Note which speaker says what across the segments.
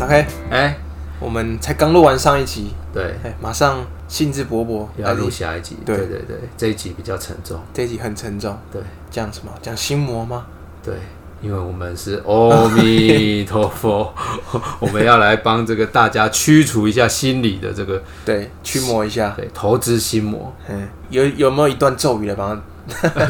Speaker 1: OK，
Speaker 2: 哎，
Speaker 1: 我们才刚录完上一集，
Speaker 2: 对，
Speaker 1: 哎，马上兴致勃勃
Speaker 2: 要录
Speaker 1: 来
Speaker 2: 下一集。
Speaker 1: 对
Speaker 2: 对对对，这一集比较沉重。
Speaker 1: 这一集很沉重，
Speaker 2: 对
Speaker 1: 讲什么？讲心魔吗？
Speaker 2: 对，因为我 们是阿弥陀佛， 我们要来帮这个大家驱除一下心理的这个
Speaker 1: 对，驱魔一下。
Speaker 2: 对投资心魔
Speaker 1: 嗯，有有没有一段咒语来帮他？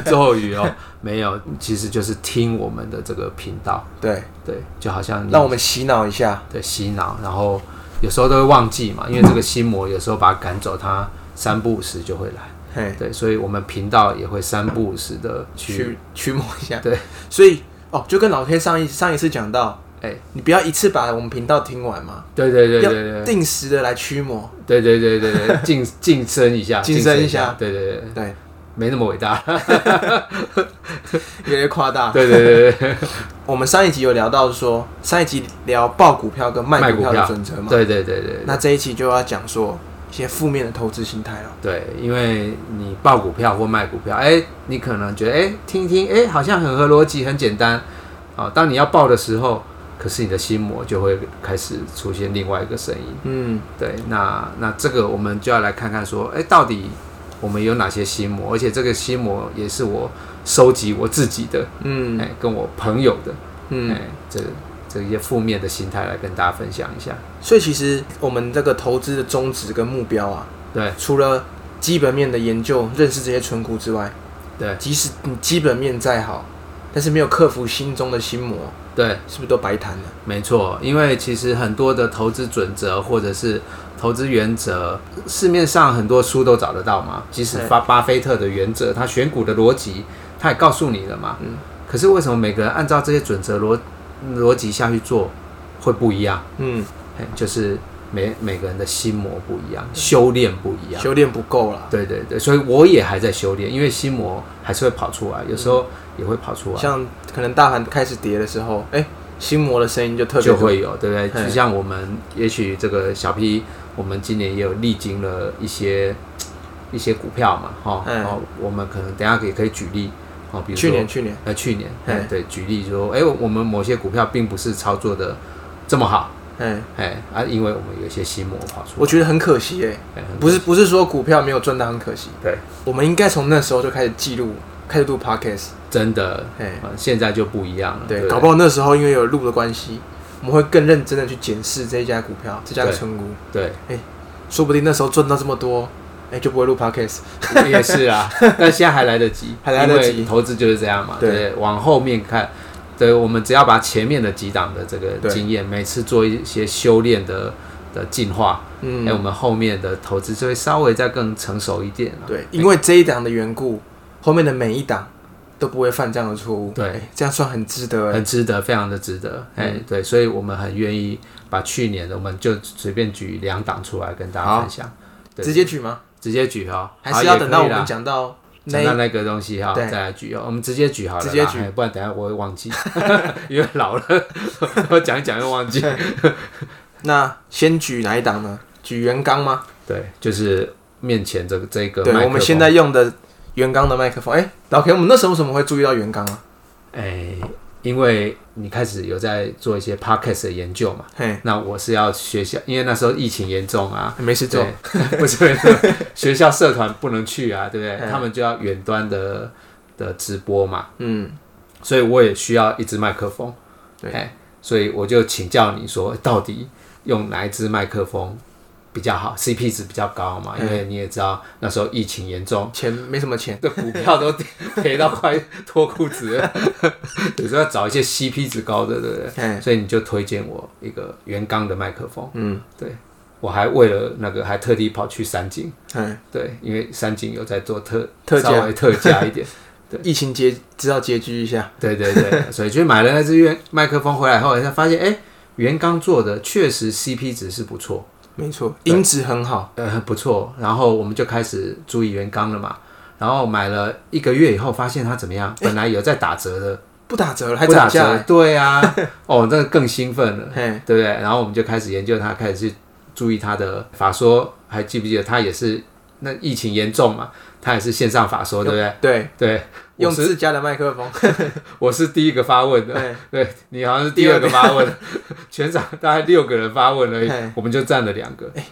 Speaker 2: 咒语哦。没有，其实就是听我们的这个频道，
Speaker 1: 对，
Speaker 2: 对，就好像你
Speaker 1: 让我们洗脑一下。
Speaker 2: 对洗脑，然后有时候都会忘记嘛，因为这个心魔有时候把它赶走，它三不五时就会来。
Speaker 1: 嘿，
Speaker 2: 对，所以我们频道也会三不五时的去
Speaker 1: 驱驱魔一下。
Speaker 2: 对，
Speaker 1: 所以哦，就跟老 K 上一上一次讲到，
Speaker 2: 哎
Speaker 1: 你不要一次把我们频道听完嘛，
Speaker 2: 对对对对对
Speaker 1: 要定时的来驱魔。
Speaker 2: 对对对对对， 晋晋升一下，
Speaker 1: 晋升一下
Speaker 2: 对对对，
Speaker 1: 对，
Speaker 2: 没那么伟 大，
Speaker 1: 越来越夸大。
Speaker 2: 对对对对
Speaker 1: 我们上一集有聊到说，上一集聊爆股票跟卖
Speaker 2: 卖
Speaker 1: 股
Speaker 2: 股
Speaker 1: 票的
Speaker 2: 票
Speaker 1: 准则嘛，
Speaker 2: 对对对对
Speaker 1: 那这一期就要讲说一些负面的投资心态了。
Speaker 2: 对，因为你报股票或卖股票，哎，你可能觉得哎听一听，哎好像很合逻辑，很简单，啊，当你要报的时候，可是你的心魔就会开始出现另外一个声音，
Speaker 1: 嗯，
Speaker 2: 对，那那这个我们就要来看看说，哎，到底我们有哪些心魔，而且这个心魔也是我收集我自己的，
Speaker 1: 嗯
Speaker 2: 哎，跟我朋友的。
Speaker 1: 嗯
Speaker 2: 哎、，这这一些负面的心态来跟大家分享一下。
Speaker 1: 所以其实我们这个投资的宗旨跟目标啊，
Speaker 2: 对
Speaker 1: 除了基本面的研究、认识这些存股之外，
Speaker 2: 对
Speaker 1: 即使你基本面再好，但是没有克服心中的心魔，
Speaker 2: 对，
Speaker 1: 是不是都白谈了？
Speaker 2: 没错，因为其实很多的投资准则或者是投资原则，市面上很多书都找得到嘛。即使
Speaker 1: 对
Speaker 2: 巴巴菲特的原则，他选股的逻辑，他也告诉你了嘛。
Speaker 1: 嗯。
Speaker 2: 可是为什么每个人按照这些准则逻逻辑下去做，会不一样？
Speaker 1: 嗯，
Speaker 2: 哎，就是每每个人的心魔不一样，修炼不一样。
Speaker 1: 修炼不够啦。
Speaker 2: 对对对，所以我也还在修炼，因为心魔还是会跑出来，有时候也会跑出来。
Speaker 1: 像可能大盘开始跌的时候，哎、心魔的声音就特别
Speaker 2: 就会有，对不对？
Speaker 1: 嘿
Speaker 2: 就像我们，也许这个小 P，我们今年也有历经了一些一些股票嘛，哈、
Speaker 1: 嗯
Speaker 2: 哦，我们可能等一下也可以举例，哦，比如
Speaker 1: 去
Speaker 2: 说
Speaker 1: 年去年，
Speaker 2: 呃去年，
Speaker 1: 嗯
Speaker 2: 哎对，举例说，哎，我们某些股票并不是操作的这么好，
Speaker 1: 哎，
Speaker 2: 哎啊，因为我们有一些心魔跑出
Speaker 1: 我
Speaker 2: 来，
Speaker 1: 觉得很可惜哎、
Speaker 2: 哎很
Speaker 1: 不是不是说股票没有赚到很可惜，
Speaker 2: 对，
Speaker 1: 我们应该从那时候就开始记录，开始录 podcast，
Speaker 2: 真的，
Speaker 1: 哎，
Speaker 2: 呃现在就不一样了，
Speaker 1: 对，
Speaker 2: 不
Speaker 1: 搞不好那时候因为有录的关系，我们会更认真的去检视这一家股票，这家的
Speaker 2: 对
Speaker 1: 存股，
Speaker 2: 对，
Speaker 1: 说不定那时候赚到这么多，哎、就不会录 podcast，
Speaker 2: 也是啊，但现在还来得及，
Speaker 1: 还来得及
Speaker 2: 因为投资就是这样嘛，
Speaker 1: 对
Speaker 2: 对不对，往后面看，对，我们只要把前面的几档的这个
Speaker 1: 对
Speaker 2: 经验，每次做一些修炼的的进化，哎、
Speaker 1: 嗯，
Speaker 2: 我们后面的投资就会稍微再更成熟一点了。
Speaker 1: 对，因为这一档的缘故，后面的每一档都不会犯这样的错误，
Speaker 2: 对
Speaker 1: 哎这样算很值得、哎
Speaker 2: 很值得，非常的值得，
Speaker 1: 嗯
Speaker 2: 哎、对，所以我们很愿意把去年的，我们就随便举两档出来跟大
Speaker 1: 好
Speaker 2: 家分享，对
Speaker 1: 直接举吗？
Speaker 2: 直接举哈，
Speaker 1: 还
Speaker 2: 好
Speaker 1: 是要
Speaker 2: 也
Speaker 1: 等
Speaker 2: 可
Speaker 1: 到
Speaker 2: 以
Speaker 1: 我
Speaker 2: 啦
Speaker 1: 们讲到那
Speaker 2: 讲
Speaker 1: 一
Speaker 2: 到那个东西哈，
Speaker 1: 对
Speaker 2: 再来举哦。我们直接举好了啦，
Speaker 1: 直接举
Speaker 2: 哎不然等下我会忘记， 因为老了，我讲一讲又 忘记。
Speaker 1: 那先举哪一档呢？举元刚吗？
Speaker 2: 对，就是面前这个这个麦克
Speaker 1: 对，
Speaker 2: 风
Speaker 1: 我们现在用的元刚的麦克风。哎、老 K，我们那时候为什么会注意到元刚啊？
Speaker 2: 哎，因为你开始有在做一些 podcast 的研究嘛，
Speaker 1: 嘿，
Speaker 2: 那我是要学校，因为那时候疫情严重啊。
Speaker 1: 没事做。
Speaker 2: 对， 不是学校社团不能去啊，对不对？
Speaker 1: 嗯
Speaker 2: 他们就要远端的的直播嘛，
Speaker 1: 嗯，
Speaker 2: 所以我也需要一支麦克风。
Speaker 1: 对
Speaker 2: 哎，所以我就请教你说，到底用哪一支麦克风比较好？CP 值比较高嘛？
Speaker 1: 嗯
Speaker 2: 因为你也知道那时候疫情严重，
Speaker 1: 钱没什么钱。
Speaker 2: 这股票都 赔到快脱裤子了， 有时候要找一些 CP 值高的，对不对？
Speaker 1: 哎，
Speaker 2: 所以你就推荐我一个原钢的麦克风，
Speaker 1: 嗯，
Speaker 2: 我还为了那个还特地跑去三井，
Speaker 1: 哎，
Speaker 2: 对，因为三井有在做特
Speaker 1: 特价
Speaker 2: 稍微特价一点。
Speaker 1: 疫情结知道拮据一下。
Speaker 2: 对对对，所以就买了那支原麦克风回来后，才发现哎、诶原刚做的确实 CP 值是不错，
Speaker 1: 没错，
Speaker 2: 对
Speaker 1: 音质很好。
Speaker 2: 呃，不错。然后我们就开始注意原刚了嘛，然后买了一个月以后，发现它怎么样？本来有在打折的，
Speaker 1: 不打折了还
Speaker 2: 不打
Speaker 1: 涨价
Speaker 2: 折，哎
Speaker 1: 欸，
Speaker 2: 对啊，哦，那更兴奋了，
Speaker 1: 嘿，
Speaker 2: 对不对？然后我们就开始研究它，开始去注意它的法说，还记不记得它也是那疫情严重嘛，它也是线上法说，对不对？
Speaker 1: 对，
Speaker 2: 对，
Speaker 1: 用
Speaker 2: 我是
Speaker 1: 自家的麦克风，
Speaker 2: 我是第一个发问的，
Speaker 1: 对，
Speaker 2: 对你好像是第二个发问，全场大概六个人发问而
Speaker 1: 嘿
Speaker 2: 已，我们就占了两个，
Speaker 1: 哎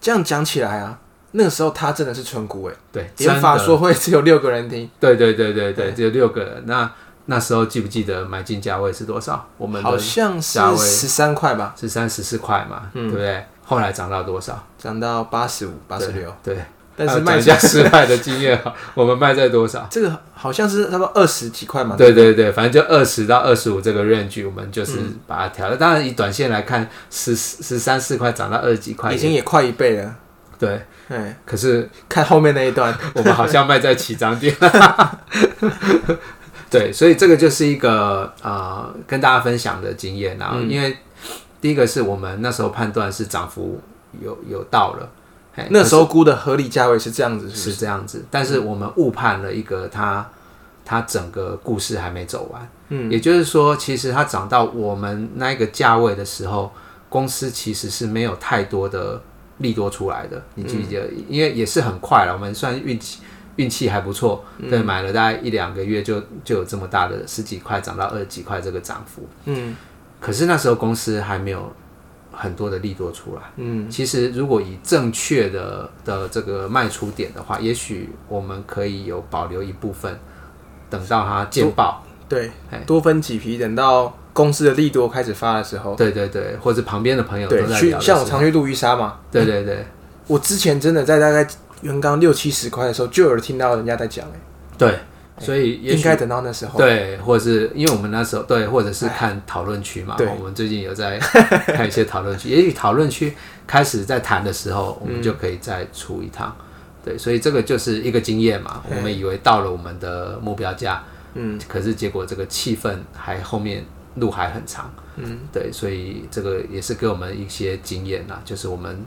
Speaker 1: 这样讲起来啊，那个时候他真的是纯股哎，
Speaker 2: 对，
Speaker 1: 连
Speaker 2: 真
Speaker 1: 法
Speaker 2: 的
Speaker 1: 说会只有六个人听，
Speaker 2: 对对对对对，
Speaker 1: 对
Speaker 2: 只有六个人。那那时候记不记得买进价位是多少？我们
Speaker 1: 好
Speaker 2: 的
Speaker 1: 像是
Speaker 2: 价位
Speaker 1: 十三块吧，
Speaker 2: 是三十四块嘛，
Speaker 1: 嗯
Speaker 2: 对不对？后来涨到多少？
Speaker 1: 涨到八十五、八十六，
Speaker 2: 对，
Speaker 1: 但
Speaker 2: 还
Speaker 1: 是
Speaker 2: 有
Speaker 1: 卖
Speaker 2: 讲一
Speaker 1: 价
Speaker 2: 下失败的经验 哈，我们卖在多少？
Speaker 1: 这个好像是差不多二十几块嘛，
Speaker 2: 对对对，反正就二十到二十五这个 range，我们就是
Speaker 1: 嗯
Speaker 2: 把它调了。当然，以短线来看，十十三四块涨到二十几块
Speaker 1: 已，经也快一倍了，
Speaker 2: 对。
Speaker 1: 哎，
Speaker 2: 可是
Speaker 1: 看后面那一段，
Speaker 2: 我们好像卖在起涨点。 对，所以这个就是一个呃跟大家分享的经验。然后，
Speaker 1: 嗯
Speaker 2: 因为第一个是我们那时候判断是涨幅有有到了，嘿
Speaker 1: 那时候嗯估的合理价位是这样子，是不
Speaker 2: 哎是
Speaker 1: 是
Speaker 2: 这样子，但是我们误判了一个它它整个故事还没走完。
Speaker 1: 嗯，
Speaker 2: 也就是说，其实它涨到我们那一个价位的时候，公司其实是没有太多的利多出来的。你记不记得？
Speaker 1: 嗯
Speaker 2: 因为也是很快了，我们算运气运气还不错，
Speaker 1: 嗯
Speaker 2: 对，买了大概一两个月就就有这么大的十几块涨到二十几块这个涨幅。
Speaker 1: 嗯
Speaker 2: 可是那时候公司还没有很多的利多出来。
Speaker 1: 嗯，
Speaker 2: 其实如果以正确的的这个卖出点的话，也许我们可以有保留一部分，等到它见报。
Speaker 1: 对
Speaker 2: 嘿，
Speaker 1: 多分几批，等到公司的利多开始发的时候，
Speaker 2: 对对对，或者旁边的朋友都
Speaker 1: 对，
Speaker 2: 在
Speaker 1: 去
Speaker 2: 聊的时
Speaker 1: 像
Speaker 2: 候，
Speaker 1: 我常去路易莎嘛，
Speaker 2: 对对对
Speaker 1: 我之前真的在大概原刚六七十块的时候，就有人听到人家在讲、欸，
Speaker 2: 对，所以也
Speaker 1: 应
Speaker 2: 许
Speaker 1: 该等到那时候。哎
Speaker 2: 对，或者是因为我们那时候对，或者是看讨论区嘛，
Speaker 1: 对
Speaker 2: 我们最近有在看一些讨论 区，也许讨论区开始在谈的时候，我
Speaker 1: 嗯
Speaker 2: 们就可以再出一趟。对，所以这个就是一个经验嘛。
Speaker 1: 嘿
Speaker 2: 我们以为到了我们的目标价，
Speaker 1: 哎嗯，
Speaker 2: 可是结果这个气氛还后面路还很长。
Speaker 1: 嗯，
Speaker 2: 对，所以这个也是给我们一些经验啦，就是我们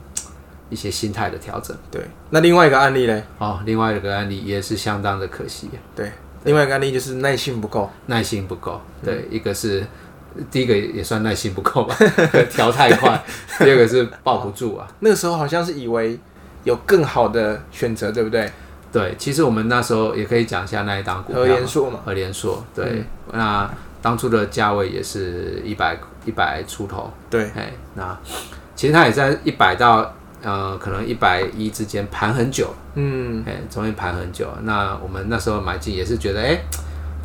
Speaker 2: 一些心态的调整。
Speaker 1: 对。那另外一个案例嘞，
Speaker 2: 哦，另外一个案例也是相当的可惜，
Speaker 1: 对，另外一个案例就是耐性不够，
Speaker 2: 耐心不够。
Speaker 1: 嗯
Speaker 2: 对，一个是第一个也算耐心不够吧， 调太 快；第二个是抱不住啊。
Speaker 1: 那个时候好像是以为有更好的选择，对不对？
Speaker 2: 对，其实我们那时候也可以讲一下那一档股票
Speaker 1: 和
Speaker 2: 嘛，
Speaker 1: 联硕嘛，嗯
Speaker 2: 和联硕。对，那当初的价位也是一百一百出头。
Speaker 1: 对，
Speaker 2: 哎，那其实它也在一百到呃可能一百一之间盘很久。
Speaker 1: 嗯，
Speaker 2: 哎，中间盘很久。那我们那时候买进也是觉得，哎、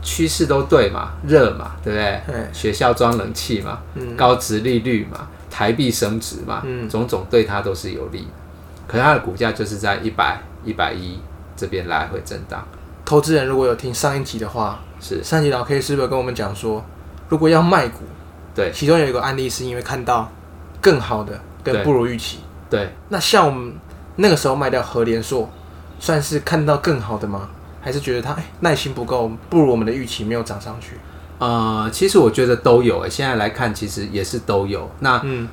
Speaker 2: 趋势都对嘛，热嘛，对不对？
Speaker 1: 对
Speaker 2: 学校装冷气嘛，高值利率嘛，台币升值嘛，种种对它都是有利的。可是它的股价就是在一百、一百一这边来回震荡，
Speaker 1: 投资人如果有听上一集的话，
Speaker 2: 是
Speaker 1: 上一集老 K 是不是跟我们讲说，如果要卖股，
Speaker 2: 对
Speaker 1: 其中有一个案例是因为看到更好的跟
Speaker 2: 对
Speaker 1: 不如预期。
Speaker 2: 对。
Speaker 1: 那像我们那个时候卖掉和联硕，算是看到更好的吗？还是觉得它哎耐心不够，不如我们的预期没有涨上去？
Speaker 2: 呃，其实我觉得都有、哎，现在来看其实也是都有。那
Speaker 1: 嗯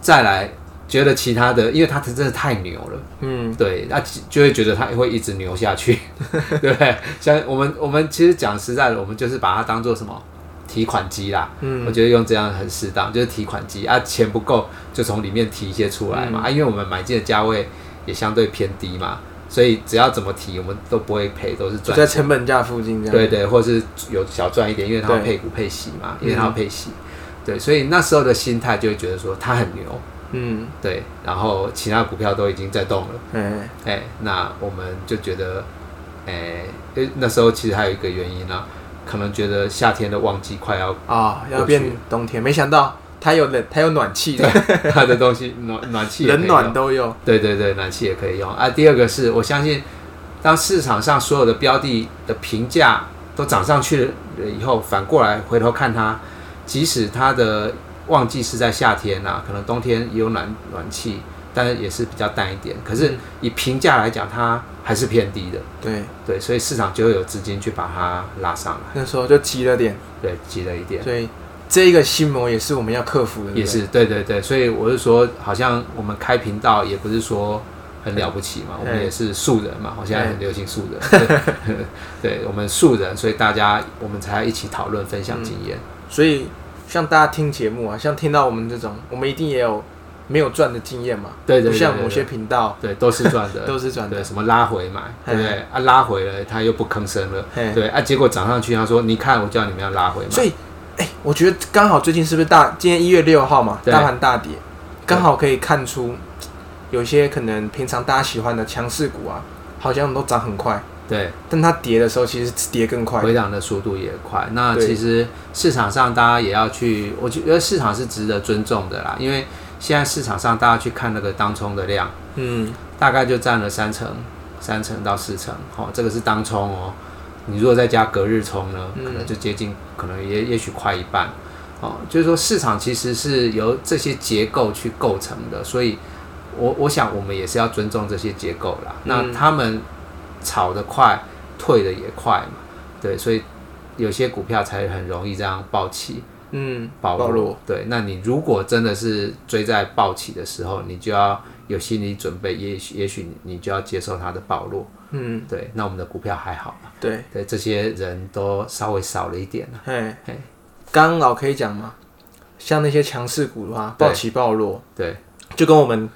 Speaker 2: 再来，觉得其他的，因为它真的太牛了。
Speaker 1: 嗯，
Speaker 2: 对，那就就会觉得它会一直牛 下去，对不对？像我们我们其实讲实在的，我们就是把它当做什么提款机啦。
Speaker 1: 嗯
Speaker 2: 我觉得用这样很适当，就是提款机啊，钱不够就从里面提一些出来嘛、
Speaker 1: 嗯
Speaker 2: 啊，因为我们买进的价位也相对偏低嘛，所以只要怎么提，我们都不会赔，都是
Speaker 1: 就
Speaker 2: 赚
Speaker 1: 在成本价附近这样。
Speaker 2: 对对，或是有小赚一点，因为它要
Speaker 1: 对嗯
Speaker 2: 配股配息嘛，因为它要配息，对，所以那时候的心态就会觉得说它很牛，
Speaker 1: 嗯，
Speaker 2: 对，然后其他股票都已经在动了。
Speaker 1: 哎，
Speaker 2: 哎、那我们就觉得，哎、因为那时候其实还有一个原因啊，可能觉得夏天的旺季快要，
Speaker 1: 啊、
Speaker 2: 过
Speaker 1: 要
Speaker 2: 去
Speaker 1: 变冬天，没想到它有冷，它有暖气 的，
Speaker 2: 它的东西暖暖气也可以
Speaker 1: 冷
Speaker 2: 用
Speaker 1: 暖，都有。
Speaker 2: 对对对，暖气也可以用啊。第二个是我相信，当市场上所有的标的的评价都涨上去了以后，反过来回头看它，即使它的旺季是在夏天啊，可能冬天也有暖暖气，但是也是比较淡一点。可是
Speaker 1: 嗯
Speaker 2: 以评价来讲，它还是偏低的。
Speaker 1: 对，
Speaker 2: 对，所以市场就会有资金去把它拉上来，
Speaker 1: 那时候就急了点，
Speaker 2: 对，急了一点，
Speaker 1: 所以这个心魔也是我们要克服的。对不对
Speaker 2: 也，是对对对，所以我是说，好像我们开频道也不是说很了不起嘛，我们
Speaker 1: 嗯
Speaker 2: 也是素人嘛，我现在
Speaker 1: 嗯
Speaker 2: 很流行素 人，对对我们素人，所以大家我们才一起讨论分享经验，
Speaker 1: 所以像大家听节目啊，像听到我们这种，我们一定也有没有赚的经验嘛，
Speaker 2: 对对
Speaker 1: 不
Speaker 2: 对
Speaker 1: 像
Speaker 2: 对
Speaker 1: 某些
Speaker 2: 对
Speaker 1: 频道
Speaker 2: 对，都是赚的，
Speaker 1: 都是赚的哎
Speaker 2: 对，，什么拉回买，对不对？啊，拉回了，他又不吭声了，
Speaker 1: 嘿
Speaker 2: 对啊，结果涨上去，他说：“你看，我叫你们要拉回买。”
Speaker 1: 所以，哎、我觉得刚好最近是不是大？今天一月六号嘛，
Speaker 2: 对
Speaker 1: 大盘大跌，刚好可以看出有些可能平常大家喜欢的强势股啊，好像都涨很快，
Speaker 2: 对
Speaker 1: 但它跌的时候其实是跌更快。
Speaker 2: 回档的速度也快。那
Speaker 1: 对
Speaker 2: 其实市场上大家也要去，我觉得市场是值得尊重的啦，因为现在市场上大家去看那个当冲的量，
Speaker 1: 嗯，
Speaker 2: 大概就占了三成、三成到四成。好、这个是当冲哦。你如果再加隔日冲呢，
Speaker 1: 嗯
Speaker 2: 可能就接近，可能也也许快一半。哦，就是说市场其实是由这些结构去构成的，所以我我想我们也是要尊重这些结构啦。
Speaker 1: 嗯
Speaker 2: 那他们炒得快，退得也快嘛，对，所以有些股票才很容易这样暴起。
Speaker 1: 嗯，
Speaker 2: 暴
Speaker 1: 暴
Speaker 2: 露
Speaker 1: 露。
Speaker 2: 对，那你如果真的是追在暴起的时候，你就要有心理准备，也许也许你就要接受它的暴落。
Speaker 1: 嗯，
Speaker 2: 对，那我们的股票还好吧？
Speaker 1: 对，
Speaker 2: 对，这些人都稍微少了一点了。
Speaker 1: 嘿
Speaker 2: 嘿，
Speaker 1: 刚老可以讲嘛，像那些强势股的话，
Speaker 2: 对
Speaker 1: 暴起暴落，
Speaker 2: 对
Speaker 1: 就跟我们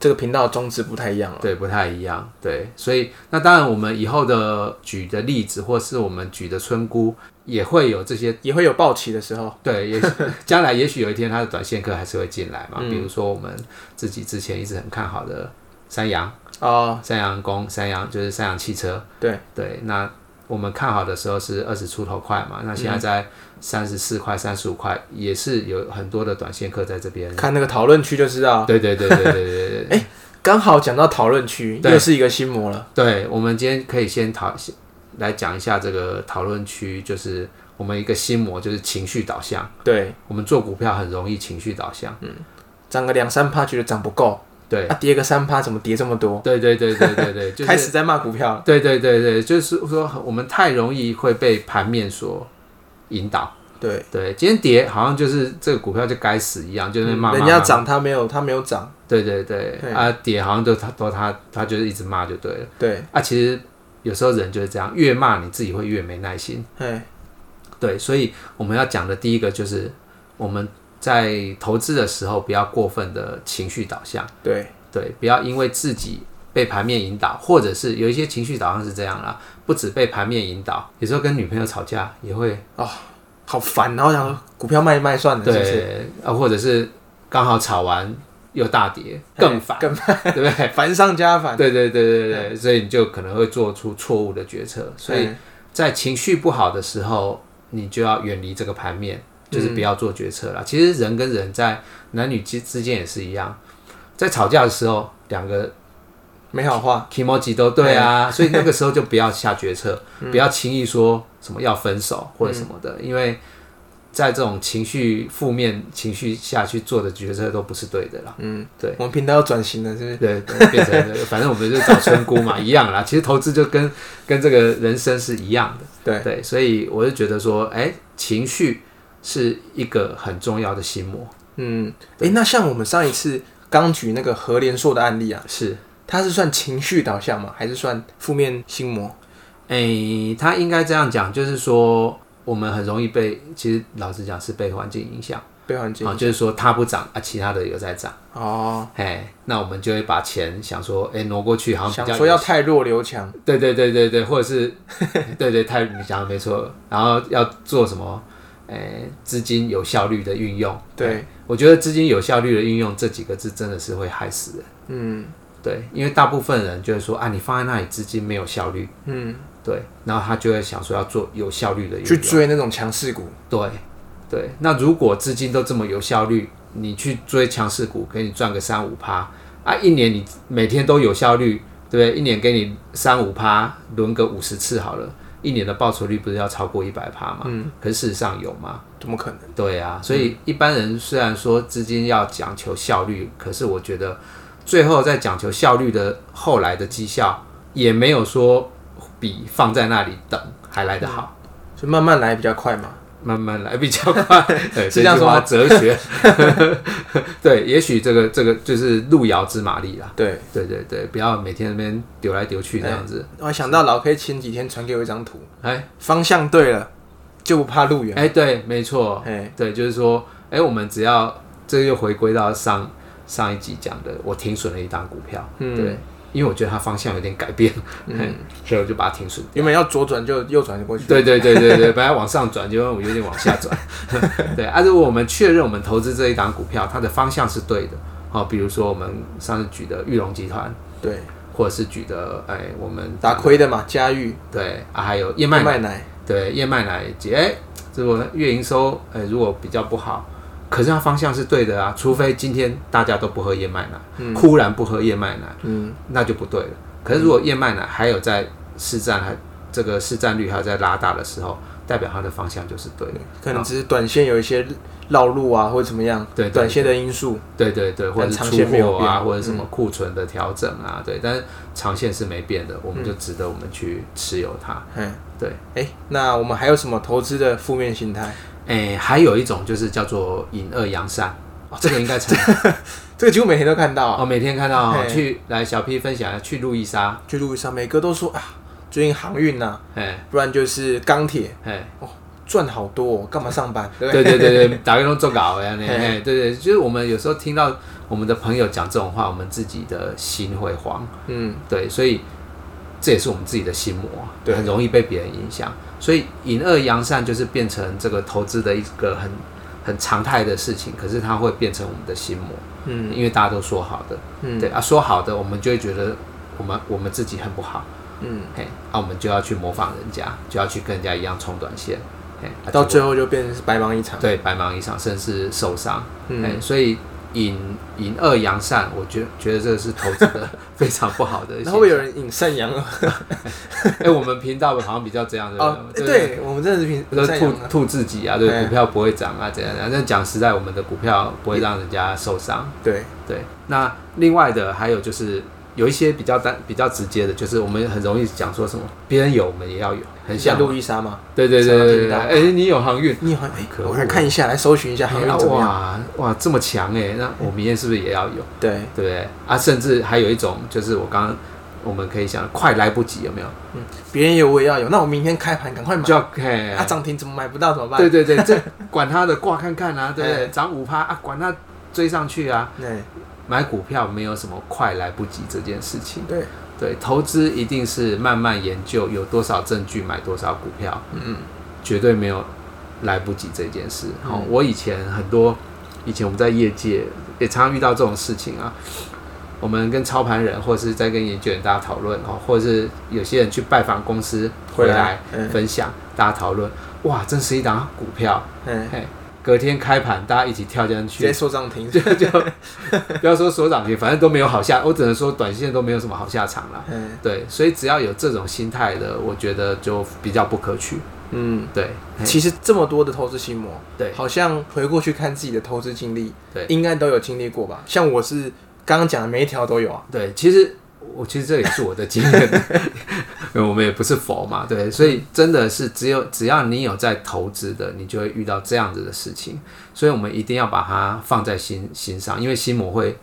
Speaker 1: 这个频道的宗旨不太一样了。
Speaker 2: 对，不太一样。对，所以那当然，我们以后的举的例子，或是我们举的村姑，也会有这些。
Speaker 1: 也会有暴起的时候，
Speaker 2: 对，也将来也许有一天，它的短线客还是会进来嘛。比如说我们自己之前一直很看好的三洋。
Speaker 1: 哦，
Speaker 2: 三洋工、三洋就是三洋汽车。
Speaker 1: 对
Speaker 2: 对，那我们看好的时候是二十出头块嘛，那现
Speaker 1: 嗯
Speaker 2: 在在三十四块、三十五块，也是有很多的短线客在这边。
Speaker 1: 看那个讨论区就知道。
Speaker 2: 对对对对对对对
Speaker 1: 哎
Speaker 2: 对，
Speaker 1: 刚好讲到讨论区，
Speaker 2: 对
Speaker 1: 又是一个心魔了。
Speaker 2: 对我们今天可以先讨先来讲一下这个讨论区，就是我们一个心魔，就是情绪导向。
Speaker 1: 对，
Speaker 2: 我们做股票很容易情绪导向。
Speaker 1: 涨个两三趴觉得涨不够，
Speaker 2: 对
Speaker 1: 啊，跌个三趴怎么跌这么多？
Speaker 2: 对对对对对对，就是
Speaker 1: 开始在骂股票了。
Speaker 2: 对对对对，就是说我们太容易会被盘面所引导。
Speaker 1: 对，
Speaker 2: 对，今天跌好像就是这个股票就该死一样，就在那骂骂
Speaker 1: 嗯人
Speaker 2: 骂
Speaker 1: 家。涨它没有，它没有涨。
Speaker 2: 对对对，
Speaker 1: 对
Speaker 2: 啊跌好像都他都他他就是一直骂就对了。
Speaker 1: 对，
Speaker 2: 啊，其实有时候人就是这样，越骂你自己会越没耐心。
Speaker 1: 哎，
Speaker 2: 对，所以我们要讲的第一个就是我们在投资的时候不要过分的情绪导向，
Speaker 1: 对，
Speaker 2: 对，不要因为自己。被盘面引导，或者是有一些情绪导向是这样啦，不止被盘面引导，有时候跟女朋友吵架也会
Speaker 1: 好烦。然后想说股票卖一卖算了，是不是？
Speaker 2: 对，啊，或者是刚好炒完又大跌，
Speaker 1: 嘿
Speaker 2: 更 烦，
Speaker 1: 更
Speaker 2: 对不对？
Speaker 1: 烦上加烦。
Speaker 2: 对对对对对对，所以你就可能会做出错误的决策。所以
Speaker 1: 哎
Speaker 2: 在情绪不好的时候，你就要远离这个盘面，就是
Speaker 1: 嗯
Speaker 2: 不要做决策了。其实人跟人在男女之之间也是一样，在吵架的时候，两个
Speaker 1: 没好话，
Speaker 2: e m o j i 都对啊，
Speaker 1: 哎
Speaker 2: 所以那个时候就不要下 决策，
Speaker 1: 嗯
Speaker 2: 不要轻易说什么要分手或者什么的，因为在这种情绪负面情绪下去做的决策都不是对的啦。
Speaker 1: 嗯，
Speaker 2: 对
Speaker 1: 我们频道要转型了，是不是？
Speaker 2: 对，对变成反正我们就找村姑嘛，一 样啦。其实投资就跟跟这个人生是一样的。
Speaker 1: 对，
Speaker 2: 对，所以我就觉得说，哎、情绪是一个很重要的心魔。
Speaker 1: 嗯，哎，那像我们上一次刚举那个何连硕的案例啊，
Speaker 2: 是，
Speaker 1: 它是算情绪导向吗？还是算负面心魔？
Speaker 2: 哎、他应该这样讲，就是说我们很容易被，其实老实讲是被环境影响。
Speaker 1: 被环境
Speaker 2: 啊，就是说它不涨啊，其他的有在涨，
Speaker 1: 哦，
Speaker 2: 哎，那我们就会把钱想说，哎、挪过去好像
Speaker 1: 想
Speaker 2: 比较
Speaker 1: 说要太弱留强，
Speaker 2: 对对对对对，或者是 对对太你讲的没错，然后要做什么，哎、资金有效率的运用，
Speaker 1: 对，
Speaker 2: 我觉得资金有效率的运用这几个字真的是会害死人，
Speaker 1: 嗯
Speaker 2: 对，因为大部分人就会说啊，你放在那里资金没有效率，
Speaker 1: 嗯，
Speaker 2: 对，然后他就会想说要做有效率的运
Speaker 1: 去
Speaker 2: 用，
Speaker 1: 追那种强势股，
Speaker 2: 对对，那如果资金都这么有效率，你去追强势股，给你赚个三五趴啊，一年你每天都有效率，对不对？一年给你三五趴，轮个五十次好了，一年的报酬率不是要超过一百趴吗？嗯，可是事实上有吗？
Speaker 1: 怎么可能？
Speaker 2: 对啊，所以一般人虽然说资金要讲求效率，可是我觉得最后在讲求效率的后来的绩效，也没有说比放在那里等还来得好。
Speaker 1: 就慢慢来比较快嘛。
Speaker 2: 慢慢来比 较快。对，
Speaker 1: 是这样说吗
Speaker 2: 话哲学。 对，也许这个这个就是路遥知马力啦。
Speaker 1: 对，
Speaker 2: 对对对，不要每天那边丢来丢去那样子。
Speaker 1: 我还想到老 K 前几天传给我一张图，
Speaker 2: 哎
Speaker 1: 方向对了就不怕路远。
Speaker 2: 哎，对，没错，
Speaker 1: 哎，
Speaker 2: 对，就是说，哎，我们只要这又回归到上上一集讲的，我停损了一档股票，
Speaker 1: 嗯
Speaker 2: 对，因为我觉得它方向有点改变，
Speaker 1: 嗯，
Speaker 2: 所以我就把它停损。
Speaker 1: 原本要左转就右转过去。
Speaker 2: 对对对对对，本来往上转，结果我有点往下转。对，啊，如果我们确认我们投资这一档股票，它的方向是对的，好、比如说我们上次举的玉龙集团，
Speaker 1: 对，
Speaker 2: 或者是举嗯的哎我们
Speaker 1: 打亏的嘛，嘉裕、
Speaker 2: 对啊，还有燕麦奶
Speaker 1: 麦奶，
Speaker 2: 对燕麦奶节，哎，如果月营收哎如果比较不好，可是它方向是对的啊，除非今天大家都不喝燕麦奶，忽然不喝燕麦奶，
Speaker 1: 嗯，
Speaker 2: 那就不对了。可是如果燕麦奶还有在市占还这个市占率还有在拉大的时候，代表它的方向就是对的。啊
Speaker 1: 可能只是短线有一些绕路啊，或者怎么样，
Speaker 2: 对对
Speaker 1: 短线的因素，
Speaker 2: 对对对，或者
Speaker 1: 但
Speaker 2: 是
Speaker 1: 长
Speaker 2: 出
Speaker 1: 线没有
Speaker 2: 货啊，
Speaker 1: 变嗯
Speaker 2: 或者什么库存的调整啊，对，但是长线是没变的，我们就值得我们去持有它。
Speaker 1: 嗯，
Speaker 2: 对，
Speaker 1: 哎，那我们还有什么投资的负面心态？
Speaker 2: 诶，哎还有一种就是叫做隐恶扬善。哦、这个应该常
Speaker 1: 这个几乎每天都看到啊，
Speaker 2: 哦，每天看到、哦、
Speaker 1: 嘿
Speaker 2: 去来小 P 分享一下去路易莎，
Speaker 1: 去路上每个都说啊，最近航运呐，
Speaker 2: 哎
Speaker 1: 不然就是钢铁
Speaker 2: 哎，
Speaker 1: 赚好多哦，干嘛上班？对不
Speaker 2: 对
Speaker 1: 对？
Speaker 2: 对对对，打个龙做稿呀，那
Speaker 1: 嘿
Speaker 2: 哎，对对，就是我们有时候听到我们的朋友讲这种话，我们自己的心会慌，
Speaker 1: 嗯，
Speaker 2: 对，所以这也是我们自己的心魔，
Speaker 1: 对
Speaker 2: 很容易被别人影响，所以隐恶扬善就是变成这个投资的一个很很常态的事情，可是它会变成我们的心魔，
Speaker 1: 嗯
Speaker 2: 因为大家都说好的，
Speaker 1: 嗯
Speaker 2: 对啊，说好的，我们就会觉得我们我们自己很不好，
Speaker 1: 嗯，
Speaker 2: 嘿，啊，我们就要去模仿人家，就要去跟人家一样冲短线，嘿，啊
Speaker 1: 到
Speaker 2: 结
Speaker 1: 最
Speaker 2: 果
Speaker 1: 后就变成是白忙一场。
Speaker 2: 对白忙一场，甚至受伤，
Speaker 1: 嗯
Speaker 2: 哎，所以引引恶扬善，我觉觉得这个是投资 的非常不好的一些。
Speaker 1: 然后会有人引善扬啊？
Speaker 2: 哎，我们频道好像比较这样的，
Speaker 1: 哦，
Speaker 2: 不
Speaker 1: 对，我们真的是平
Speaker 2: 都
Speaker 1: 善
Speaker 2: 吐
Speaker 1: 扬啊。
Speaker 2: 吐自己啊，对，
Speaker 1: 哎
Speaker 2: 股票不会涨啊，怎样怎样。但讲实在，我们的股票不会让人家受伤。
Speaker 1: 对，
Speaker 2: 对，那另外的还有就是有一些比较单、比较直接的，就是我们很容易讲说什么别人有，我们也要有，很像
Speaker 1: 像路易莎嘛，
Speaker 2: 对对对
Speaker 1: 常常
Speaker 2: 对
Speaker 1: 听
Speaker 2: 对，对
Speaker 1: 到
Speaker 2: 哎、你有航运，
Speaker 1: 你好像哎
Speaker 2: 可，恶
Speaker 1: 我来看一下，来搜寻一下航运
Speaker 2: 哎
Speaker 1: 怎么样？
Speaker 2: 哇哇这么强哎，那我明天是不是也要有？
Speaker 1: 对，
Speaker 2: 对不对？啊，甚至还有一种就是我刚刚我们可以想，快来不及有没有？
Speaker 1: 别人有我也要有，那我明天开盘赶快买
Speaker 2: 就。要嘿，
Speaker 1: 啊，涨停怎么买不到怎么办？
Speaker 2: 对对对，这 管他的挂看看 啊，对不
Speaker 1: 哎
Speaker 2: 对？涨五趴啊，管他追上去啊，
Speaker 1: 对
Speaker 2: 买股票没有什么快来不及这件事情。
Speaker 1: 对，
Speaker 2: 对，投资一定是慢慢研究，有多少证据买多少股票，
Speaker 1: 嗯
Speaker 2: 绝对没有来不及这件事。好、
Speaker 1: 嗯
Speaker 2: 我以前很多，以前我们在业界也常常遇到这种事情啊。我们跟操盘人，或是在跟研究员大家讨论哦，或者是有些人去拜访公司回来
Speaker 1: 回来嗯
Speaker 2: 分享，大家讨论，哇，真是一档股票，
Speaker 1: 嗯，
Speaker 2: 嘿，隔天开盘大家一起跳进
Speaker 1: 直接
Speaker 2: 去，
Speaker 1: 说涨停。
Speaker 2: 就就不要说所涨停，反正都没有好下，我只能说短线都没有什么好下场了。
Speaker 1: 嗯
Speaker 2: 对，所以只要有这种心态的，我觉得就比较不可取。
Speaker 1: 嗯，
Speaker 2: 对，嘿
Speaker 1: 其实这么多的投资心魔，
Speaker 2: 对
Speaker 1: 好像回过去看自己的投资经历，
Speaker 2: 对
Speaker 1: 应该都有经历过吧？像我是刚刚讲的每一条都有啊。
Speaker 2: 对，其实我其实这也是我的经验， 因为我们也不是佛嘛，对，所以真的是只有只要你有在投资的，你就会遇到这样子的事情，所以我们一定要把它放在心心上，因为心魔会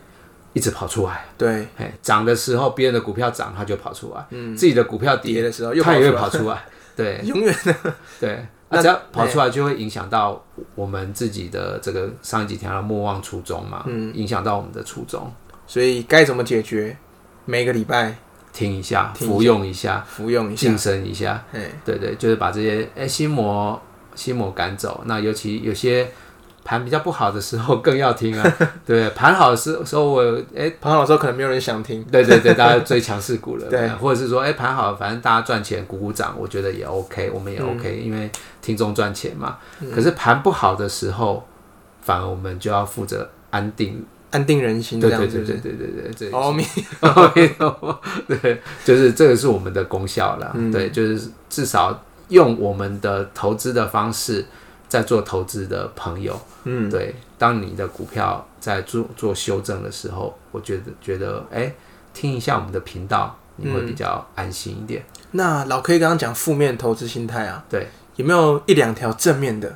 Speaker 2: 一直跑出来，
Speaker 1: 对，
Speaker 2: 嘿，涨的时候别人的股票涨，它就跑出来，嗯，自己的股票
Speaker 1: 跌
Speaker 2: 跌，
Speaker 1: 的时候又
Speaker 2: 它也会
Speaker 1: 出来
Speaker 2: 跑 出来，对
Speaker 1: 永远的。
Speaker 2: 对。啊
Speaker 1: 那哎
Speaker 2: 那只要跑出来，就会影响到我们自己的这个上一集提到的莫忘初衷嘛，嗯，影响到我们的初衷，
Speaker 1: 所以该怎么解决？每个礼拜
Speaker 2: 听一下，
Speaker 1: 听一下
Speaker 2: 服用一下，
Speaker 1: 服用一下
Speaker 2: 晋。升一下，
Speaker 1: 哎，
Speaker 2: 对对，就是把这些哎心魔心魔赶走。那尤其有些盘比较不好的时候，更要 听啊。对，盘好的时时候我哎，
Speaker 1: 旁老师可能没有人想听。
Speaker 2: 对对对，大家追强势股了，
Speaker 1: 对
Speaker 2: 或者是说哎盘好，反正大家赚钱鼓鼓掌，我觉得也 OK，我们
Speaker 1: 嗯
Speaker 2: 也 OK，、因为听众赚钱嘛。可是盘不好的时候，反而我们就要负责安定。
Speaker 1: 安定人心嗯这
Speaker 2: 对
Speaker 1: 样
Speaker 2: 对
Speaker 1: 子
Speaker 2: 对对对对对，这
Speaker 1: 哦，明
Speaker 2: 哦，没有， 对，就是这个是我们的功效啦。
Speaker 1: 嗯
Speaker 2: 对，就是至少用我们的投资的方式在做投资的朋友，
Speaker 1: 嗯，
Speaker 2: 对，当你的股票在做做修正的时候，我觉得觉得哎、听一下我们的频道，你
Speaker 1: 嗯
Speaker 2: 会比较安心一点。
Speaker 1: 那老 K 刚刚讲负面投资心态啊，
Speaker 2: 对，
Speaker 1: 有没有一两条正面的？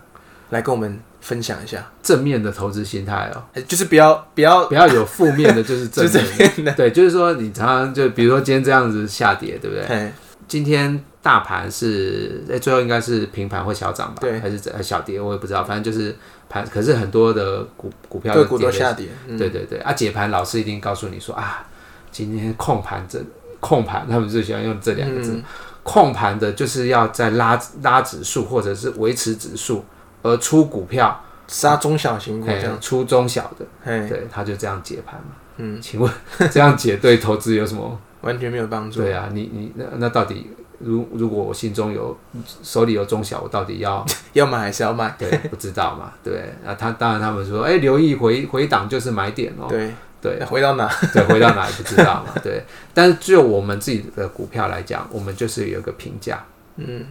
Speaker 1: 来跟我们分享一下，
Speaker 2: 正面的投资心态哦，
Speaker 1: 哎就是不要不要
Speaker 2: 不要有负面的，就是 正
Speaker 1: 就这
Speaker 2: 面。
Speaker 1: 边的，
Speaker 2: 对，就是说你常常就比如说今天这样子下跌，对不对？
Speaker 1: 哎，
Speaker 2: 今天大盘是哎、最后应该是平盘或小涨吧？
Speaker 1: 对
Speaker 2: 还是怎还小跌，我也不知道，反正就是盘。可是很多的股股票
Speaker 1: 个股
Speaker 2: 跌
Speaker 1: 都
Speaker 2: 得
Speaker 1: 下跌，嗯
Speaker 2: 对对对，啊，解盘老师一定告诉你说啊，今天控盘这控盘， 他们最喜欢用这两个字，
Speaker 1: 嗯
Speaker 2: 控盘的就是要在拉拉指数或者是维持指数，而出股票，
Speaker 1: 杀中小型股
Speaker 2: 哎
Speaker 1: 这样，
Speaker 2: 出中小的，
Speaker 1: 哎，
Speaker 2: 对，他就这样解盘嘛。
Speaker 1: 嗯，
Speaker 2: 请问 这样解对投资有什么？
Speaker 1: 完全没有帮助。
Speaker 2: 对啊，你你那那到底？如如果我心中有手里有中小，我到底要
Speaker 1: 要买还是要卖？
Speaker 2: 对不知道嘛？对，那他当然他们说，哎、留意回回档就是买点哦、
Speaker 1: 对，
Speaker 2: 对，
Speaker 1: 回到哪？
Speaker 2: 对，回到哪里不知道嘛？对，但是就我们自己的股票来讲，我们就是有一个评价。
Speaker 1: 嗯，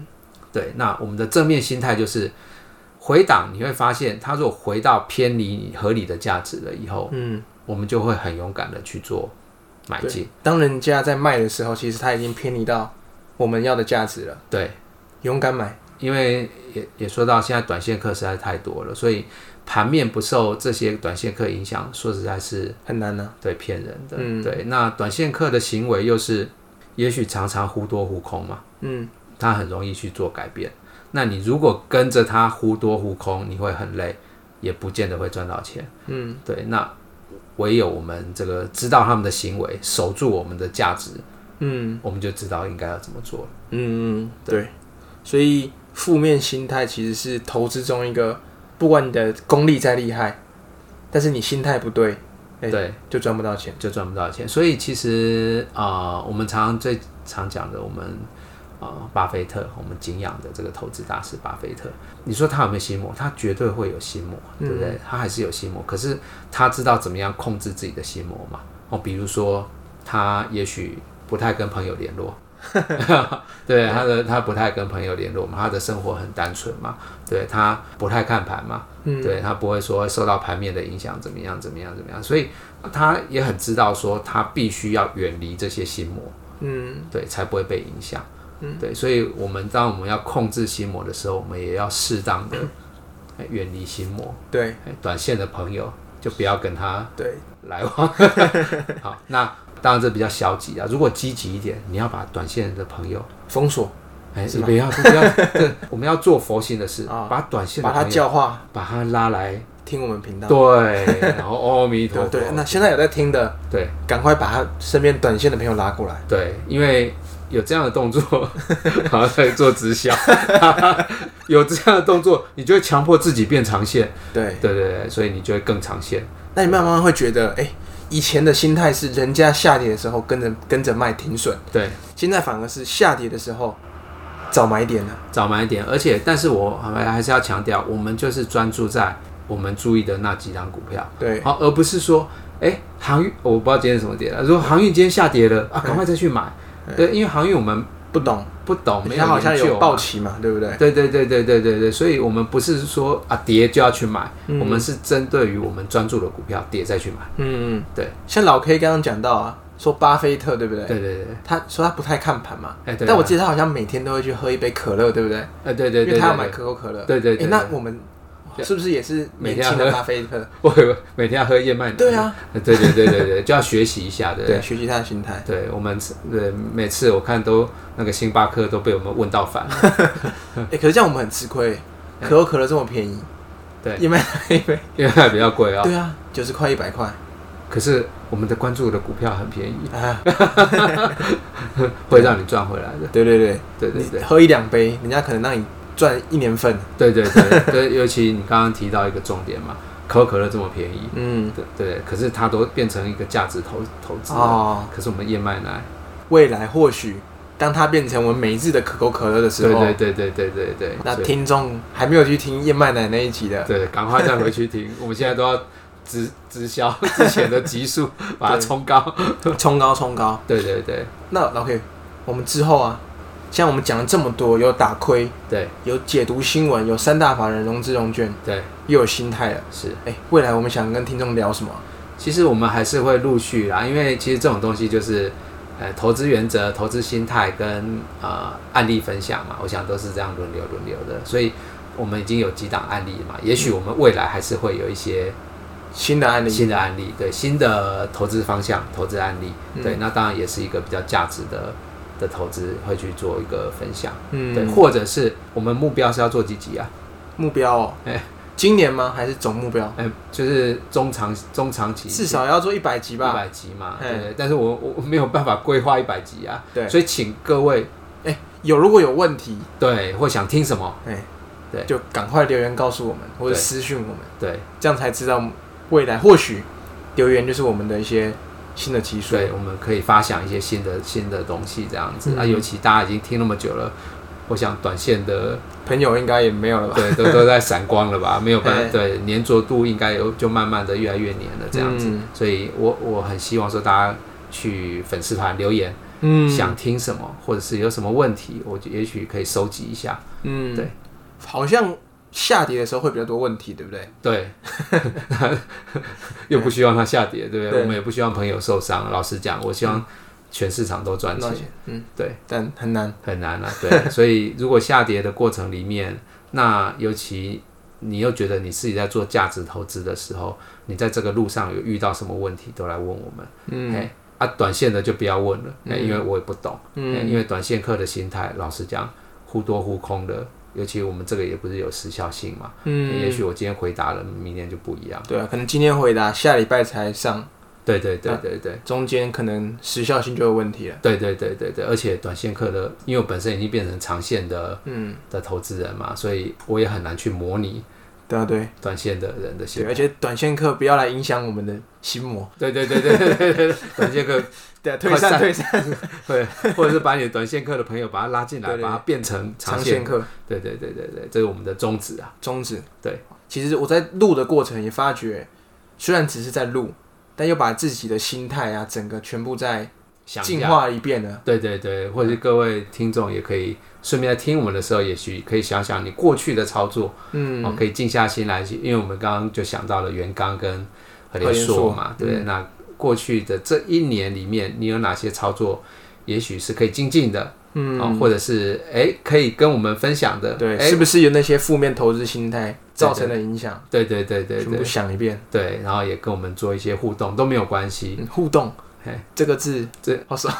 Speaker 2: 对，那我们的正面心态就是回档，你会发现它如果回到偏离你合理的价值了以后，
Speaker 1: 嗯，
Speaker 2: 我们就会很勇敢的去做买进。
Speaker 1: 当人家在卖的时候，其实他已经偏离到我们要的价值了。哎
Speaker 2: 对，
Speaker 1: 勇敢买，
Speaker 2: 因为也也说到现在短线客实在太多了，所以盘面不受这些短线客影响，说实在是
Speaker 1: 很难啊呢、
Speaker 2: 对骗人的。
Speaker 1: 嗯
Speaker 2: 对，那短线客的行为又是也许常常忽多忽空嘛。
Speaker 1: 嗯，
Speaker 2: 他很容易去做改变。那你如果跟着他忽多忽空，你会很累，也不见得会赚到钱。
Speaker 1: 嗯，
Speaker 2: 对，那唯有我们这个知道他们的行为，守住我们的价值，
Speaker 1: 嗯
Speaker 2: 我们就知道应该要怎么做了。
Speaker 1: 嗯嗯，对。所以负面心态其实是投资中一个，不管你的功力再厉害，但是你心态不对，哎
Speaker 2: 对，
Speaker 1: 就赚不到钱。
Speaker 2: 就赚不到钱。所以其实啊、呃我们常常最常讲的，我们呃，巴菲特，我们敬仰的这个投资大师巴菲特，你说他有没有心魔？他绝对会有心魔，对不对？他还是有心魔，可是他知道怎么样控制自己的心魔嘛？哦，比如说他也许不太跟朋友联络。对他的他不太跟朋友联络嘛，他的生活很单纯嘛，对他不太看盘嘛，
Speaker 1: 嗯
Speaker 2: 对他不会说受到盘面的影响怎么样怎么样怎么样，所以他也很知道说他必须要远离这些心魔，
Speaker 1: 嗯
Speaker 2: 对，才不会被影响。嗯，对，所以我们当我们要控制心魔的时候，我们也要适 当的哎远离心魔。
Speaker 1: 对
Speaker 2: 哎短线的朋友就不要跟他
Speaker 1: 对，
Speaker 2: 来往。好，那当然这比较消极啊。如果积极一点，你要把短线的朋友，
Speaker 1: 封锁，
Speaker 2: 哎，你不要不要，对，我们要做佛性的事，
Speaker 1: 啊
Speaker 2: 把短线的
Speaker 1: 把他
Speaker 2: 朋友
Speaker 1: 教化，
Speaker 2: 把他拉来，
Speaker 1: 听我们频道。
Speaker 2: 对，然后阿弥陀
Speaker 1: 对
Speaker 2: 佛，
Speaker 1: 对，那现在有在听的，
Speaker 2: 对
Speaker 1: 赶快把他身边短线的朋友拉过来。
Speaker 2: 对，因为有这样的动 作，然后在做直销， 有这样的动作，你就会强迫自己变长线，
Speaker 1: 对，
Speaker 2: 对对对，所以你就会更长线，
Speaker 1: 那你慢慢会觉得，哎、以前的心态是人家下跌的时候跟着跟着卖停损，
Speaker 2: 对，
Speaker 1: 现在反而是下跌的时候早买点了。
Speaker 2: 早买一点。而且，但是我还还是要强调，我们就是专注在我们注意的那几档股票，
Speaker 1: 对，
Speaker 2: 好，而不是说，哎、航运我不知道今天是什么跌了，如果航运今天下跌了啊，赶快再去买，对，因为航运我们
Speaker 1: 不懂，
Speaker 2: 不懂，没有
Speaker 1: 它好像
Speaker 2: 研究啊
Speaker 1: 有
Speaker 2: 嘛
Speaker 1: 暴起嘛，对不对？
Speaker 2: 对对对对对对对，所以我们不是说啊跌就要去买，
Speaker 1: 嗯
Speaker 2: 我们是针对于我们专注的股票跌再去买。
Speaker 1: 嗯，嗯
Speaker 2: 对。
Speaker 1: 像老 K 刚刚讲到啊，说巴菲特对不对？
Speaker 2: 对对对，
Speaker 1: 他说他不太看盘嘛，
Speaker 2: 哎对啊
Speaker 1: 但我记得他好像每天都会去喝一杯可乐，对不对？
Speaker 2: 呃对对
Speaker 1: 因
Speaker 2: 对，
Speaker 1: 为他要
Speaker 2: 对
Speaker 1: 买
Speaker 2: 对
Speaker 1: 可口可乐。
Speaker 2: 对对对
Speaker 1: 哎
Speaker 2: 对
Speaker 1: 那我们是不是也是
Speaker 2: 每
Speaker 1: 年
Speaker 2: 天要
Speaker 1: 轻的
Speaker 2: 喝
Speaker 1: 巴菲特？
Speaker 2: 我以为每天要喝燕麦奶。
Speaker 1: 对啊，
Speaker 2: 呃，对对对 对对，就要学习一下，对不
Speaker 1: 对，
Speaker 2: 对？
Speaker 1: 学习他的心态。
Speaker 2: 对，我们对每次我看都那个星巴克都被我们问到烦，
Speaker 1: 哎、可是这样我们很吃亏，可口可乐这么便宜，
Speaker 2: 对
Speaker 1: 也买一杯，
Speaker 2: 因为它比较贵啊。
Speaker 1: 对啊，九十块一百块
Speaker 2: 可是我们的关注的股票很便宜，
Speaker 1: 啊，
Speaker 2: 会让你赚回来的。
Speaker 1: 对对对，
Speaker 2: 对对对
Speaker 1: 你喝一两杯，人家可能让你赚一年份，
Speaker 2: 对对对对，尤其你刚刚提到一个重点嘛，可口可乐这么便宜，
Speaker 1: 嗯，
Speaker 2: 对对，可是它都变成一个价值投投资了
Speaker 1: 哦，
Speaker 2: 可是我们燕麦奶，
Speaker 1: 未来或许当它变成我们每日的可口可乐的时
Speaker 2: 对
Speaker 1: 候，
Speaker 2: 对对对对对对，
Speaker 1: 那
Speaker 2: 所以
Speaker 1: 听众还没有去听燕麦奶那一集的，
Speaker 2: 对，赶快再回去听，我们现在都要直直销之前的集数，把它冲高。
Speaker 1: 冲高冲高。
Speaker 2: 对对对
Speaker 1: 那老 K，我们之后啊，像我们讲了这么多，有打亏，
Speaker 2: 对
Speaker 1: 有解读新闻，有三大法人融资融券，
Speaker 2: 对，
Speaker 1: 又有心态了。
Speaker 2: 是。
Speaker 1: 哎、未来我们想跟听众聊什么啊？
Speaker 2: 其实我们还是会陆续啦，因为其实这种东西就是，呃，投资原则、投资心态跟呃案例分享嘛，我想都是这样轮流轮流的，所以我们已经有几档案例了嘛，也许我们未来还是会有一些
Speaker 1: 新的案例，
Speaker 2: 新的案例，对新的投资方向、投资案例，
Speaker 1: 嗯
Speaker 2: 对，那当然也是一个比较价值的的投资，会去做一个分享，
Speaker 1: 嗯，
Speaker 2: 对，或者是我们目标是要做几集啊？
Speaker 1: 目标哦，
Speaker 2: 哎
Speaker 1: 今年吗？还是总目标？
Speaker 2: 哎、就是中长中长期
Speaker 1: 至少要做一百集
Speaker 2: 一
Speaker 1: 吧。
Speaker 2: 百集嘛，
Speaker 1: 嘿
Speaker 2: 对，但是我我我没有办法规划一百集啊，
Speaker 1: 对，
Speaker 2: 所以请各位
Speaker 1: 有如果有问题，
Speaker 2: 对或想听什么，
Speaker 1: 哎，
Speaker 2: 对
Speaker 1: 就赶快留言告诉我们，或者
Speaker 2: 对
Speaker 1: 私讯我们，
Speaker 2: 对
Speaker 1: 这样才知道未来或许留言就是我们的一些新的技术。
Speaker 2: 对，我们可以发想一些新的新的东西这样子、
Speaker 1: 嗯
Speaker 2: 啊，尤其大家已经听那么久了。我想短线的
Speaker 1: 朋友应该也没有了吧？
Speaker 2: 对都都在闪光了吧，没有办
Speaker 1: 嘿
Speaker 2: 法，对粘着度应该有就慢慢的越来越黏了这样子，
Speaker 1: 嗯
Speaker 2: 所以我我很希望说大家去粉丝团留言，
Speaker 1: 嗯，
Speaker 2: 想听什么或者是有什么问题，我就也许可以收集一下，
Speaker 1: 嗯，
Speaker 2: 对，
Speaker 1: 好像下跌的时候会比较多问题，对不对？
Speaker 2: 对，又不希望它下跌，对不
Speaker 1: 对嗯
Speaker 2: 对？我们也不希望朋友受伤。老实讲，我希望全市场都赚
Speaker 1: 那
Speaker 2: 钱，
Speaker 1: 些嗯，
Speaker 2: 对，
Speaker 1: 但很难。
Speaker 2: 很难啊。 对，所以如果下跌的过程里面，那尤其你又觉得你自己在做价值投资的时候，你在这个路上有遇到什么问题，都来问我们。
Speaker 1: 嗯
Speaker 2: 嘿啊，短线的就不要问了，嘿
Speaker 1: 嗯
Speaker 2: 因为我也不懂。嘿
Speaker 1: 嗯
Speaker 2: 因为短线客的心态，老实讲，忽多忽空的，尤其我们这个也不是有时效性嘛。
Speaker 1: 嗯，
Speaker 2: 也许我今天回答了，明天就不一样。
Speaker 1: 对啊，可能今天回答，下礼拜才上，
Speaker 2: 对对对对对。
Speaker 1: 中间可能时效性就有问题了。
Speaker 2: 对对对对对，而且短线客的，因为我本身已经变成长线的
Speaker 1: 嗯，
Speaker 2: 的投资人嘛，所以我也很难去模拟
Speaker 1: 对啊，对
Speaker 2: 短线的人的心
Speaker 1: 对，
Speaker 2: 态。
Speaker 1: 而且短线客不要来影响我们的心魔。
Speaker 2: 对对对对对对对，短线客
Speaker 1: 对啊，
Speaker 2: 快
Speaker 1: 退散
Speaker 2: 散
Speaker 1: 退散，
Speaker 2: 会，或者是把你的短线客的朋友把他拉进来，
Speaker 1: 对对对
Speaker 2: 把他变成
Speaker 1: 长
Speaker 2: 长
Speaker 1: 线
Speaker 2: 线。
Speaker 1: 客
Speaker 2: 对对对对对，这是我们的宗旨啊。
Speaker 1: 终止。
Speaker 2: 对，
Speaker 1: 其实我在录的过程也发觉，虽然只是在录，但又把自己的心态啊，整个全部再
Speaker 2: 想一
Speaker 1: 进
Speaker 2: 下。
Speaker 1: 化一遍了。
Speaker 2: 对对对，或者是各位听众也可以顺便在听我们的时候，也许可以想想你过去的操作，
Speaker 1: 嗯，
Speaker 2: 哦，可以静下心来去，因为我们刚刚就想到了袁刚跟何
Speaker 1: 何
Speaker 2: 连
Speaker 1: 连
Speaker 2: 硕
Speaker 1: 硕嗯
Speaker 2: 嘛，对不对，那过去的这一年里面，你有哪些操作，也许是可以精进的，
Speaker 1: 嗯，
Speaker 2: 哦，或者是哎可以跟我们分享的，
Speaker 1: 对，
Speaker 2: 哎
Speaker 1: 是不是有那些负面投资心态造成的影响？
Speaker 2: 对对对对
Speaker 1: 全部
Speaker 2: 对
Speaker 1: 想一遍，
Speaker 2: 对，然后也跟我们做一些互动都没有关系，
Speaker 1: 嗯互动
Speaker 2: 嘿
Speaker 1: 这个字，
Speaker 2: 这
Speaker 1: 好爽。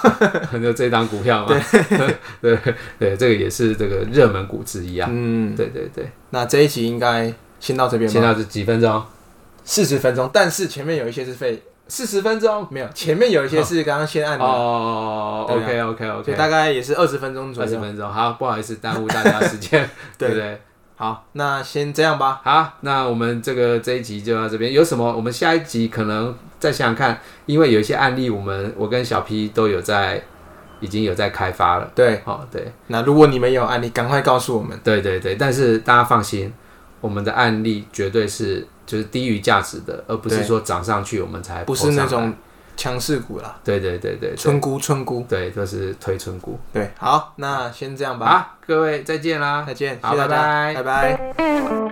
Speaker 2: 就这张股票嘛，对 对对，这个也是这个热门股之一啊，
Speaker 1: 嗯，
Speaker 2: 对对对，
Speaker 1: 那这一集应该先到这边
Speaker 2: 现
Speaker 1: 吧，
Speaker 2: 在是几分钟？
Speaker 1: 四十分钟，但是前面有一些是费，
Speaker 2: 四十分钟
Speaker 1: 没有，前面有一些是刚刚先按的，
Speaker 2: 哦
Speaker 1: 对
Speaker 2: ，OK OK
Speaker 1: 所以
Speaker 2: OK，
Speaker 1: 大概也是二十分钟左
Speaker 2: 二十
Speaker 1: 右。
Speaker 2: 分钟，好，不好意思耽误大家时间，对 不
Speaker 1: 对，
Speaker 2: 对？
Speaker 1: 好，那先这样吧。
Speaker 2: 好，那我们这个这一集就到这边。有什么？我们下一集可能再想想看，因为有一些案例，我们我跟小 P 都有在，已经有在开发了。
Speaker 1: 对，
Speaker 2: 哦，对
Speaker 1: 那如果你们有案例，赶快告诉我们。
Speaker 2: 对对对，但是大家放心，我们的案例绝对是就是低于价值的，而不是
Speaker 1: 对
Speaker 2: 说涨上去我们才
Speaker 1: 不
Speaker 2: po
Speaker 1: 是
Speaker 2: 上
Speaker 1: 那
Speaker 2: 来
Speaker 1: 种强势股啦，
Speaker 2: 对对对对对
Speaker 1: 村姑村姑。
Speaker 2: 对，就是推春股。
Speaker 1: 对，好，那先这样吧，
Speaker 2: 好，各位再见啦，
Speaker 1: 再见，谢
Speaker 2: 好
Speaker 1: 谢大家，
Speaker 2: 拜拜
Speaker 1: 拜拜。
Speaker 3: Thank you.